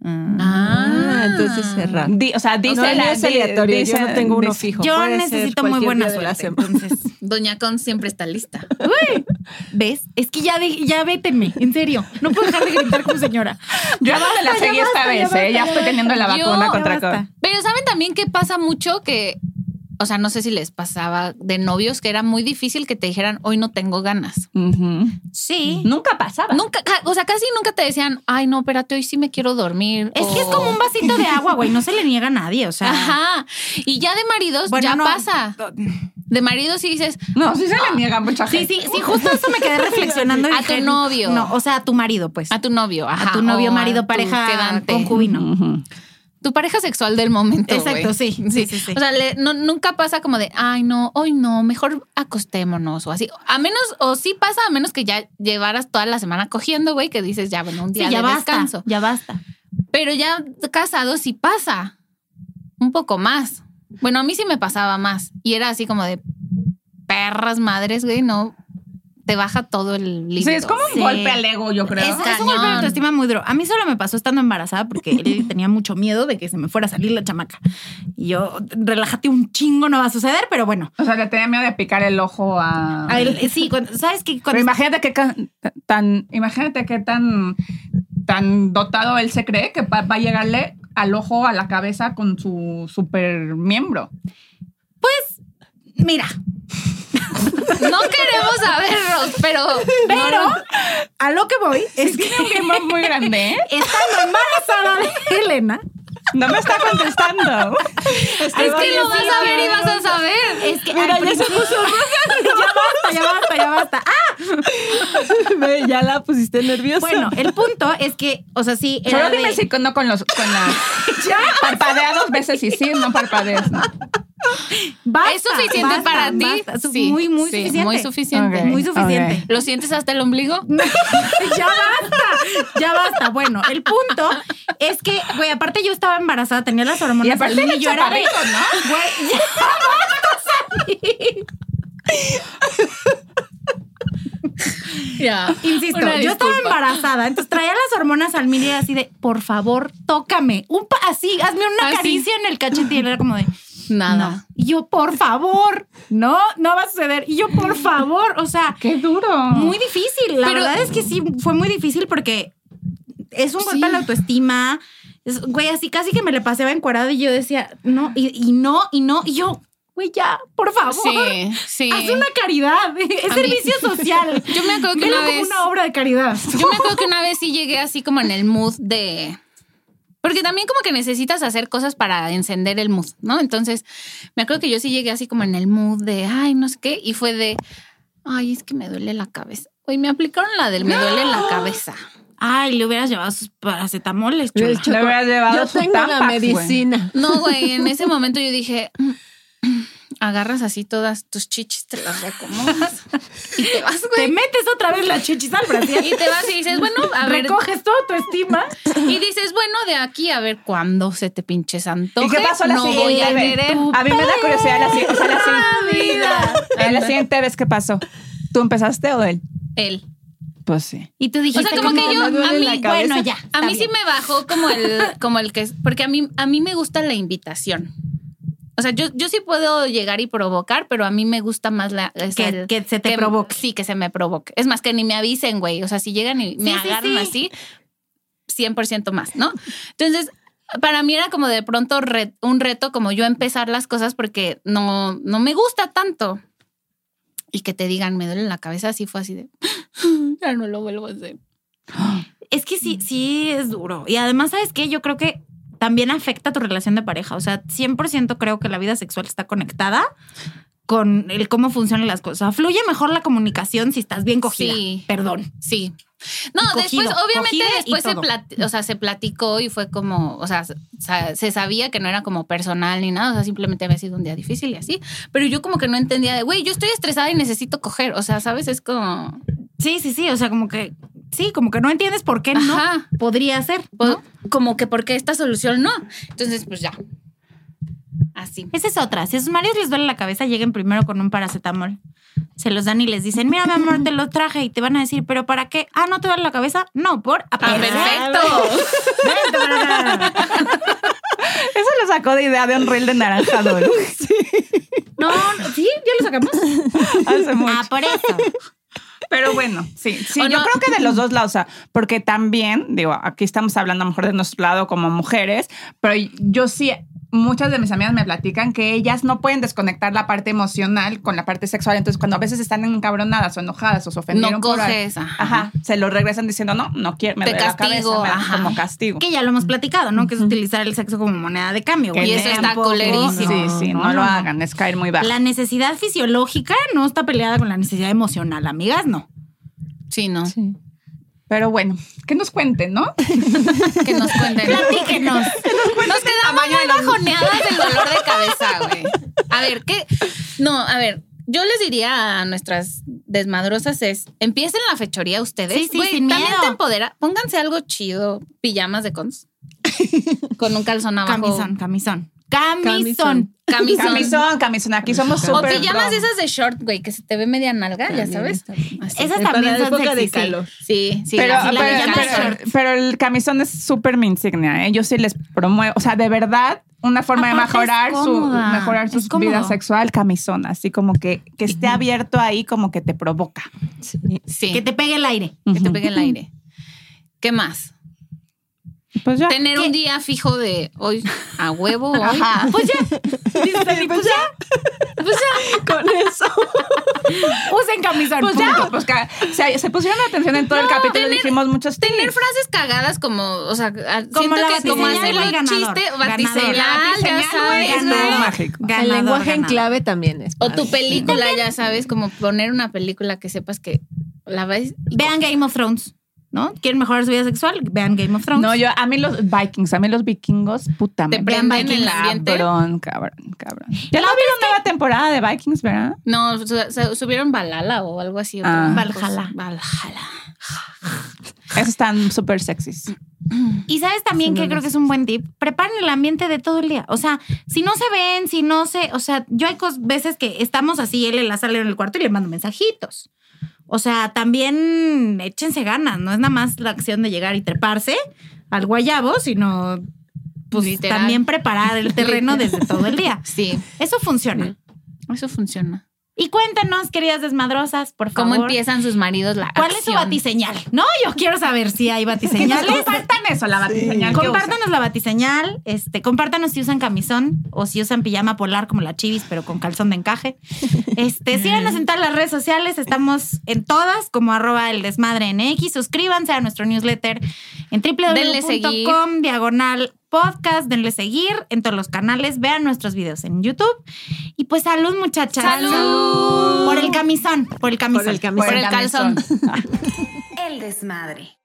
[SPEAKER 4] Mm.
[SPEAKER 1] Ah, entonces cerrar.
[SPEAKER 2] Di- o sea, dice
[SPEAKER 1] no, el mío
[SPEAKER 2] la-
[SPEAKER 1] es
[SPEAKER 2] di-
[SPEAKER 1] aleatorio, yo
[SPEAKER 2] dice-
[SPEAKER 1] no tengo uno
[SPEAKER 2] dice-
[SPEAKER 1] fijo.
[SPEAKER 5] Yo
[SPEAKER 1] Puede ser
[SPEAKER 5] necesito muy
[SPEAKER 1] cualquier
[SPEAKER 5] buena
[SPEAKER 1] día de la
[SPEAKER 5] suerte.
[SPEAKER 1] semana.
[SPEAKER 5] Entonces,
[SPEAKER 4] Doña Con siempre está lista.
[SPEAKER 5] ¿ves? Es que ya, de- ya vétenme, en serio. No puedo dejar de gritar como señora.
[SPEAKER 2] Yo no me la seguí esta vez, ¿eh? Ya estoy teniendo la
[SPEAKER 4] Yo-
[SPEAKER 2] vacuna contra
[SPEAKER 5] Ya
[SPEAKER 2] COVID.
[SPEAKER 5] basta.
[SPEAKER 4] Pero saben también que pasa mucho que, o sea, no sé si les pasaba de novios que era muy difícil que te dijeran, hoy no tengo ganas.
[SPEAKER 2] Ujú.
[SPEAKER 5] Sí.
[SPEAKER 2] Nunca pasaba.
[SPEAKER 4] Nunca, ca- o sea, casi nunca te decían, ay, no, espérate, hoy sí me quiero dormir.
[SPEAKER 5] Es que es
[SPEAKER 4] o-
[SPEAKER 5] como un vasito de agua, güey. No se le niega a nadie, o sea.
[SPEAKER 4] Ajá. Y ya de maridos,
[SPEAKER 5] Bueno,
[SPEAKER 4] ya
[SPEAKER 5] no.
[SPEAKER 4] pasa. De maridos sí dices,
[SPEAKER 2] No, sí se le niega mucha
[SPEAKER 5] Sí,
[SPEAKER 2] gente.
[SPEAKER 5] sí, sí, justo eso me quedé reflexionando. y
[SPEAKER 4] A tu
[SPEAKER 5] dije,
[SPEAKER 4] novio.
[SPEAKER 5] No, o sea, a tu marido, pues.
[SPEAKER 4] a tu novio, ajá,
[SPEAKER 5] A tu novio,
[SPEAKER 4] o
[SPEAKER 5] marido,
[SPEAKER 4] tu
[SPEAKER 5] pareja,
[SPEAKER 4] quedante. Mm.
[SPEAKER 5] concubino.
[SPEAKER 2] Ujú.
[SPEAKER 4] Tu pareja sexual del momento.
[SPEAKER 5] Exacto,
[SPEAKER 4] güey.
[SPEAKER 5] sí, sí, sí, sí.
[SPEAKER 4] O sea, le- no- nunca pasa como de, ay, no, hoy no, mejor acostémonos o así. A menos, o sí pasa, a menos que ya llevaras toda la semana cogiendo, güey, que dices, ya, bueno, un
[SPEAKER 5] Sí,
[SPEAKER 4] día
[SPEAKER 5] ya
[SPEAKER 4] de
[SPEAKER 5] basta,
[SPEAKER 4] descanso.
[SPEAKER 5] ya basta.
[SPEAKER 4] Pero ya casado sí pasa un poco más. Bueno, a mí sí me pasaba más. Y era así como de perras madres, güey, no. Te baja todo el
[SPEAKER 2] Sí,
[SPEAKER 4] líquido.
[SPEAKER 2] es como un
[SPEAKER 5] Sí.
[SPEAKER 2] golpe al ego, yo creo.
[SPEAKER 5] Es, es un golpe de
[SPEAKER 4] Cañón.
[SPEAKER 5] autoestima muy duro. A mí solo me pasó estando embarazada porque él tenía mucho miedo de que se me fuera a salir la chamaca. Y yo, relájate un chingo, no va a suceder, pero bueno.
[SPEAKER 2] O sea, le tenía miedo de picar el ojo a.
[SPEAKER 5] A él, eh, sí, cuando- ¿sabes qué?
[SPEAKER 2] Pero
[SPEAKER 5] Cuando
[SPEAKER 2] imagínate qué ca- tan, imagínate qué tan, tan dotado él se cree que pa- va a llegarle al ojo, a la cabeza con su super miembro.
[SPEAKER 5] Mira,
[SPEAKER 4] No queremos saberlos, pero.
[SPEAKER 5] pero a lo que voy es que
[SPEAKER 2] Tiene un miembro muy grande, ¿eh?
[SPEAKER 5] estando embarazada de Elena,
[SPEAKER 2] No me está contestando.
[SPEAKER 4] es que lo vas a ver y vas a saber.
[SPEAKER 5] es que. al principio- ya basta, ya basta, ya basta. Ah,
[SPEAKER 1] Ve, ya la pusiste nerviosa.
[SPEAKER 5] bueno, el punto es que, o sea, sí. era
[SPEAKER 2] Solo dime
[SPEAKER 5] de-
[SPEAKER 2] si con- no con los con las parpadeas dos veces y sí, no parpadees. ¿no?
[SPEAKER 5] Basta,
[SPEAKER 4] ¿Es suficiente
[SPEAKER 5] basta,
[SPEAKER 4] para ti?
[SPEAKER 5] basta. Es
[SPEAKER 4] Sí,
[SPEAKER 5] muy, muy
[SPEAKER 4] sí,
[SPEAKER 5] suficiente.
[SPEAKER 4] Muy suficiente.
[SPEAKER 2] Ok.
[SPEAKER 5] Muy suficiente.
[SPEAKER 2] Ok.
[SPEAKER 4] ¿Lo sientes hasta el ombligo?
[SPEAKER 5] ya basta, ya basta. Bueno, el punto es que, güey, aparte yo estaba embarazada, tenía las hormonas.
[SPEAKER 2] Y aparte
[SPEAKER 5] al mil
[SPEAKER 2] era
[SPEAKER 5] yo era de-
[SPEAKER 2] chaparrito, ¿no?
[SPEAKER 5] Güey, ya
[SPEAKER 3] Ya.
[SPEAKER 5] Insisto,
[SPEAKER 3] Una
[SPEAKER 5] yo estaba
[SPEAKER 3] disculpa.
[SPEAKER 5] embarazada, entonces traía las hormonas al mil y era así de, por favor, tócame. Un pa- así, hazme una
[SPEAKER 4] Así.
[SPEAKER 5] caricia en el cachete. Y él era como de,
[SPEAKER 4] Nada.
[SPEAKER 5] no. Y yo, por favor, no, no va a suceder. Y yo, por favor, o sea,
[SPEAKER 2] Qué duro.
[SPEAKER 5] muy difícil. La
[SPEAKER 4] Pero-
[SPEAKER 5] verdad es que sí, fue muy difícil porque es un golpe
[SPEAKER 4] Sí.
[SPEAKER 5] a la autoestima. Es- güey, así casi que me le paseaba encuerada y yo decía, no, y, y no, y no. Y yo, güey, ya, por favor,
[SPEAKER 4] Sí, sí.
[SPEAKER 5] haz una caridad. Es
[SPEAKER 4] A mí-
[SPEAKER 5] servicio social.
[SPEAKER 4] Yo me acuerdo que
[SPEAKER 5] Velo
[SPEAKER 4] una
[SPEAKER 5] como
[SPEAKER 4] vez.
[SPEAKER 5] una obra de caridad.
[SPEAKER 4] Yo me acuerdo que una vez sí llegué así como en el mood de. Porque también como que necesitas hacer cosas para encender el mood, ¿no? Entonces, me acuerdo que yo sí llegué así como en el mood de, ay, no sé qué, y fue de, ay, es que me duele la cabeza. Hoy me aplicaron la del me duele la cabeza.
[SPEAKER 5] Ay, le hubieras llevado sus paracetamoles,
[SPEAKER 1] Le
[SPEAKER 5] chula.
[SPEAKER 1] choco-
[SPEAKER 2] Le hubieras llevado
[SPEAKER 1] Yo
[SPEAKER 2] su
[SPEAKER 1] tengo la
[SPEAKER 2] Tampax, güey.
[SPEAKER 1] medicina.
[SPEAKER 4] No, güey, en ese momento yo dije, "Mm, agarras así todas tus chichis, te las acomodas y te vas, güey.
[SPEAKER 5] Te metes otra vez la chichis al brasier,
[SPEAKER 4] Y te vas y dices, bueno, a ver.
[SPEAKER 5] recoges toda tu estima.
[SPEAKER 4] Y dices, bueno, de aquí a ver cuándo se te pinches antoje.
[SPEAKER 2] ¿Y qué pasó la
[SPEAKER 4] no voy a
[SPEAKER 2] siguiente vez?
[SPEAKER 4] querer.
[SPEAKER 2] A mí me da curiosidad la, si- o sea, la, si- Eh, la siguiente vez, ¿qué pasó? ¿Tú empezaste o él?
[SPEAKER 4] Él.
[SPEAKER 2] Pues sí.
[SPEAKER 5] Y tú dijiste
[SPEAKER 4] O sea, como que yo,
[SPEAKER 1] me duele
[SPEAKER 4] a mí,
[SPEAKER 1] la cabeza.
[SPEAKER 5] bueno, ya.
[SPEAKER 4] A mí
[SPEAKER 5] está
[SPEAKER 4] sí
[SPEAKER 5] bien.
[SPEAKER 4] me bajó como el, como el que es, porque a mí, a mí me gusta la invitación. O sea, yo, yo sí puedo llegar y provocar, pero a mí me gusta más la... o sea,
[SPEAKER 5] que,
[SPEAKER 4] el-
[SPEAKER 5] que se te
[SPEAKER 4] que-
[SPEAKER 5] provoque.
[SPEAKER 4] Sí, que se me provoque. Es más, que ni me avisen, güey. O sea, si llegan y me
[SPEAKER 5] Sí, sí,
[SPEAKER 4] agarran así,
[SPEAKER 5] sí.
[SPEAKER 4] 100% más, ¿no? Entonces, para mí era como de pronto re- un reto como yo empezar las cosas porque no, no me gusta tanto. Y que te digan, me duele la cabeza, así fue así de, ya no lo vuelvo a hacer.
[SPEAKER 5] Es que sí, sí es duro. Y además, ¿sabes qué? Yo creo que también afecta tu relación de pareja. O sea, 100% creo que la vida sexual está conectada con el cómo funcionan las cosas. Fluye mejor la comunicación si estás bien cogida.
[SPEAKER 4] Sí.
[SPEAKER 5] Perdón.
[SPEAKER 4] Sí. No,
[SPEAKER 5] Y cogido,
[SPEAKER 4] después, obviamente,
[SPEAKER 5] cogida y
[SPEAKER 4] después se,
[SPEAKER 5] todo.
[SPEAKER 4] plati- o sea, se platicó y fue como, o sea, sa- se sabía que no era como personal ni nada, o sea, simplemente había sido un día difícil y así. Pero yo como que no entendía de, güey, yo estoy estresada y necesito coger, o sea, ¿sabes? Es como...
[SPEAKER 5] Sí, sí, sí. O sea, como que sí, como que no entiendes por qué no
[SPEAKER 4] Ajá.
[SPEAKER 5] podría ser.
[SPEAKER 4] Pues,
[SPEAKER 5] ¿no?
[SPEAKER 4] Como que porque esta solución no. Entonces, pues ya. Así.
[SPEAKER 5] Esa es otra. Si a sus maridos les duele la cabeza, lleguen primero con un paracetamol. Se los dan y les dicen, mira, mi amor, te lo traje. Y te van a decir, ¿pero para qué? Ah, ¿no te duele la cabeza? No, por...
[SPEAKER 4] Ah, perfecto.
[SPEAKER 2] Eso lo sacó de idea de un reel de naranja Dolo.
[SPEAKER 5] No, sí, ya lo sacamos.
[SPEAKER 2] Hace mucho.
[SPEAKER 5] Ah, por eso.
[SPEAKER 2] Pero bueno, sí, sí,
[SPEAKER 4] O
[SPEAKER 2] yo
[SPEAKER 4] no.
[SPEAKER 2] creo que de los dos lados, o sea, porque también, digo, aquí estamos hablando a lo mejor de nuestro lado como mujeres, pero yo sí, muchas de mis amigas me platican que ellas no pueden desconectar la parte emocional con la parte sexual, entonces cuando a veces están encabronadas o enojadas o se ofendieron
[SPEAKER 4] No
[SPEAKER 2] por algo,
[SPEAKER 4] coges. Ajá.
[SPEAKER 2] Ajá, se lo regresan diciendo, no, no quiero, me
[SPEAKER 4] Te
[SPEAKER 2] duele la cabeza,
[SPEAKER 4] castigo,
[SPEAKER 2] me-
[SPEAKER 4] ajá.
[SPEAKER 2] como castigo.
[SPEAKER 5] Que ya lo hemos platicado, ¿no? Que es utilizar el sexo como moneda de cambio.
[SPEAKER 2] Que
[SPEAKER 5] güey.
[SPEAKER 4] Y eso está
[SPEAKER 5] Tampoco-
[SPEAKER 4] colerísimo.
[SPEAKER 2] Sí, sí, no,
[SPEAKER 5] no,
[SPEAKER 2] lo
[SPEAKER 5] no.
[SPEAKER 2] hagan, es caer muy bajo.
[SPEAKER 5] La necesidad fisiológica no está peleada con la necesidad emocional, amigas, no.
[SPEAKER 4] Sí, no.
[SPEAKER 2] Pero bueno, que nos cuenten, ¿no?
[SPEAKER 4] Que nos cuenten.
[SPEAKER 5] Platíquenos.
[SPEAKER 4] Nos quedamos muy bajoneadas del dolor de cabeza, güey. A ver, ¿qué? No, a ver, yo les diría a nuestras desmadrosas es, empiecen la fechoría ustedes.
[SPEAKER 5] Sí, sí,
[SPEAKER 4] Güey,
[SPEAKER 5] sin
[SPEAKER 4] También
[SPEAKER 5] miedo.
[SPEAKER 4] te empodera. Pónganse algo chido, pijamas de cons. Con un calzón abajo.
[SPEAKER 5] Camisón, camisón. Camisón.
[SPEAKER 1] Camisón.
[SPEAKER 4] Camisón.
[SPEAKER 2] Camisón, camisón, aquí somos
[SPEAKER 4] O
[SPEAKER 2] súper
[SPEAKER 4] pijamas
[SPEAKER 2] pro.
[SPEAKER 4] de esas de short, güey, que se te ve media nalga, ya
[SPEAKER 1] También
[SPEAKER 4] sabes.
[SPEAKER 1] está
[SPEAKER 4] Así.
[SPEAKER 5] Esas
[SPEAKER 1] Para
[SPEAKER 5] también
[SPEAKER 1] la
[SPEAKER 5] son
[SPEAKER 1] época
[SPEAKER 5] sexy,
[SPEAKER 1] de
[SPEAKER 5] sí.
[SPEAKER 1] calor.
[SPEAKER 4] Sí, sí.
[SPEAKER 2] pero,
[SPEAKER 4] la- sí, la
[SPEAKER 2] pero-
[SPEAKER 4] pijama de
[SPEAKER 2] pero-
[SPEAKER 4] short.
[SPEAKER 2] pero el camisón es súper mi insignia, ¿eh? Yo sí les promuevo, o sea, de verdad, una forma
[SPEAKER 5] Aparte
[SPEAKER 2] de
[SPEAKER 5] es
[SPEAKER 2] mejorar, su,
[SPEAKER 5] cómoda,
[SPEAKER 2] mejorar
[SPEAKER 5] es
[SPEAKER 2] su
[SPEAKER 5] cómodo.
[SPEAKER 2] vida sexual, camisón, así como que, que esté abierto ahí, como que te provoca.
[SPEAKER 4] Sí,
[SPEAKER 5] Que te pegue el aire.
[SPEAKER 4] que te
[SPEAKER 2] Ujú.
[SPEAKER 4] pegue el aire. ¿Qué más?
[SPEAKER 2] Pues ya.
[SPEAKER 4] Tener
[SPEAKER 5] ¿Qué?
[SPEAKER 4] un día fijo de hoy a huevo, hoy.
[SPEAKER 2] Ajá.
[SPEAKER 5] Pues ya,
[SPEAKER 1] Pues ya. Con eso.
[SPEAKER 5] Pues usen camisón.
[SPEAKER 2] Pues
[SPEAKER 5] punto.
[SPEAKER 2] ya, pues ca- se, se pusieron atención en todo el capítulo,
[SPEAKER 4] tener-
[SPEAKER 2] dijimos muchos
[SPEAKER 4] Tener
[SPEAKER 2] tips.
[SPEAKER 4] frases cagadas como, o sea, siento
[SPEAKER 5] la
[SPEAKER 4] que como
[SPEAKER 5] batiseñal,
[SPEAKER 4] hacerle
[SPEAKER 5] güey,
[SPEAKER 4] un
[SPEAKER 5] ganador.
[SPEAKER 4] chiste,
[SPEAKER 5] Ganador.
[SPEAKER 2] La
[SPEAKER 4] batiseñal, ya
[SPEAKER 2] batiseñal, güey,
[SPEAKER 4] sabes.
[SPEAKER 2] es todo
[SPEAKER 4] güey.
[SPEAKER 2] mágico.
[SPEAKER 1] el lenguaje en
[SPEAKER 5] ganador.
[SPEAKER 1] clave también es.
[SPEAKER 4] O
[SPEAKER 1] padre.
[SPEAKER 4] tu película, ya sabes, como poner una película que sepas que la ves. y
[SPEAKER 5] Vean Game of Thrones. ¿no? ¿Quieren mejorar su vida sexual? Vean Game of Thrones.
[SPEAKER 2] No, yo, a mí los vikings, a mí los vikingos, puta,
[SPEAKER 4] Te
[SPEAKER 2] me
[SPEAKER 4] prenden
[SPEAKER 2] prenden
[SPEAKER 4] el ambiente.
[SPEAKER 2] cabrón, cabrón, cabrón. Ya no vieron nueva temporada de Vikings, ¿verdad?
[SPEAKER 4] No, su- su- subieron Balala o algo así.
[SPEAKER 2] Ah.
[SPEAKER 4] otra
[SPEAKER 5] Valhalla.
[SPEAKER 4] cosa. Valhalla.
[SPEAKER 2] Esas están súper sexys.
[SPEAKER 5] Y sabes también
[SPEAKER 4] Eso
[SPEAKER 5] que
[SPEAKER 4] no
[SPEAKER 5] creo
[SPEAKER 4] lo
[SPEAKER 5] que es un buen tip. Preparen el ambiente de todo el día. O sea, si no se ven, si no se. O sea, yo hay cos- veces que estamos así, él en la sala en el cuarto y le mando mensajitos. O sea, también échense ganas. No es nada más la acción de llegar y treparse al guayabo, sino pues
[SPEAKER 4] Literal.
[SPEAKER 5] también preparar el terreno desde todo el día.
[SPEAKER 4] Sí,
[SPEAKER 5] Eso funciona.
[SPEAKER 4] eso funciona.
[SPEAKER 5] Y cuéntenos, queridas desmadrosas, por favor.
[SPEAKER 4] ¿Cómo empiezan sus maridos la
[SPEAKER 5] ¿Cuál es su
[SPEAKER 4] acción?
[SPEAKER 5] batiseñal? No, yo quiero saber si hay batiseñales.
[SPEAKER 2] Compartan eso, la batiseñal. que usan.
[SPEAKER 5] Compártanos la batiseñal, este, compártanos si usan camisón o si usan pijama polar como la chivis, pero con calzón de encaje. Este, síganos en todas las redes sociales, estamos en todas como arroba el desmadre en X. Suscríbanse a nuestro newsletter en
[SPEAKER 4] Denle seguir.
[SPEAKER 5] www.com diagonal podcast, denle seguir en todos los canales, vean nuestros videos en YouTube. Y pues salud muchachas.
[SPEAKER 4] ¡Salud!
[SPEAKER 5] Por el camisón, por el camisón.
[SPEAKER 1] Por el camisón.
[SPEAKER 4] Por el calzón.
[SPEAKER 6] El desmadre.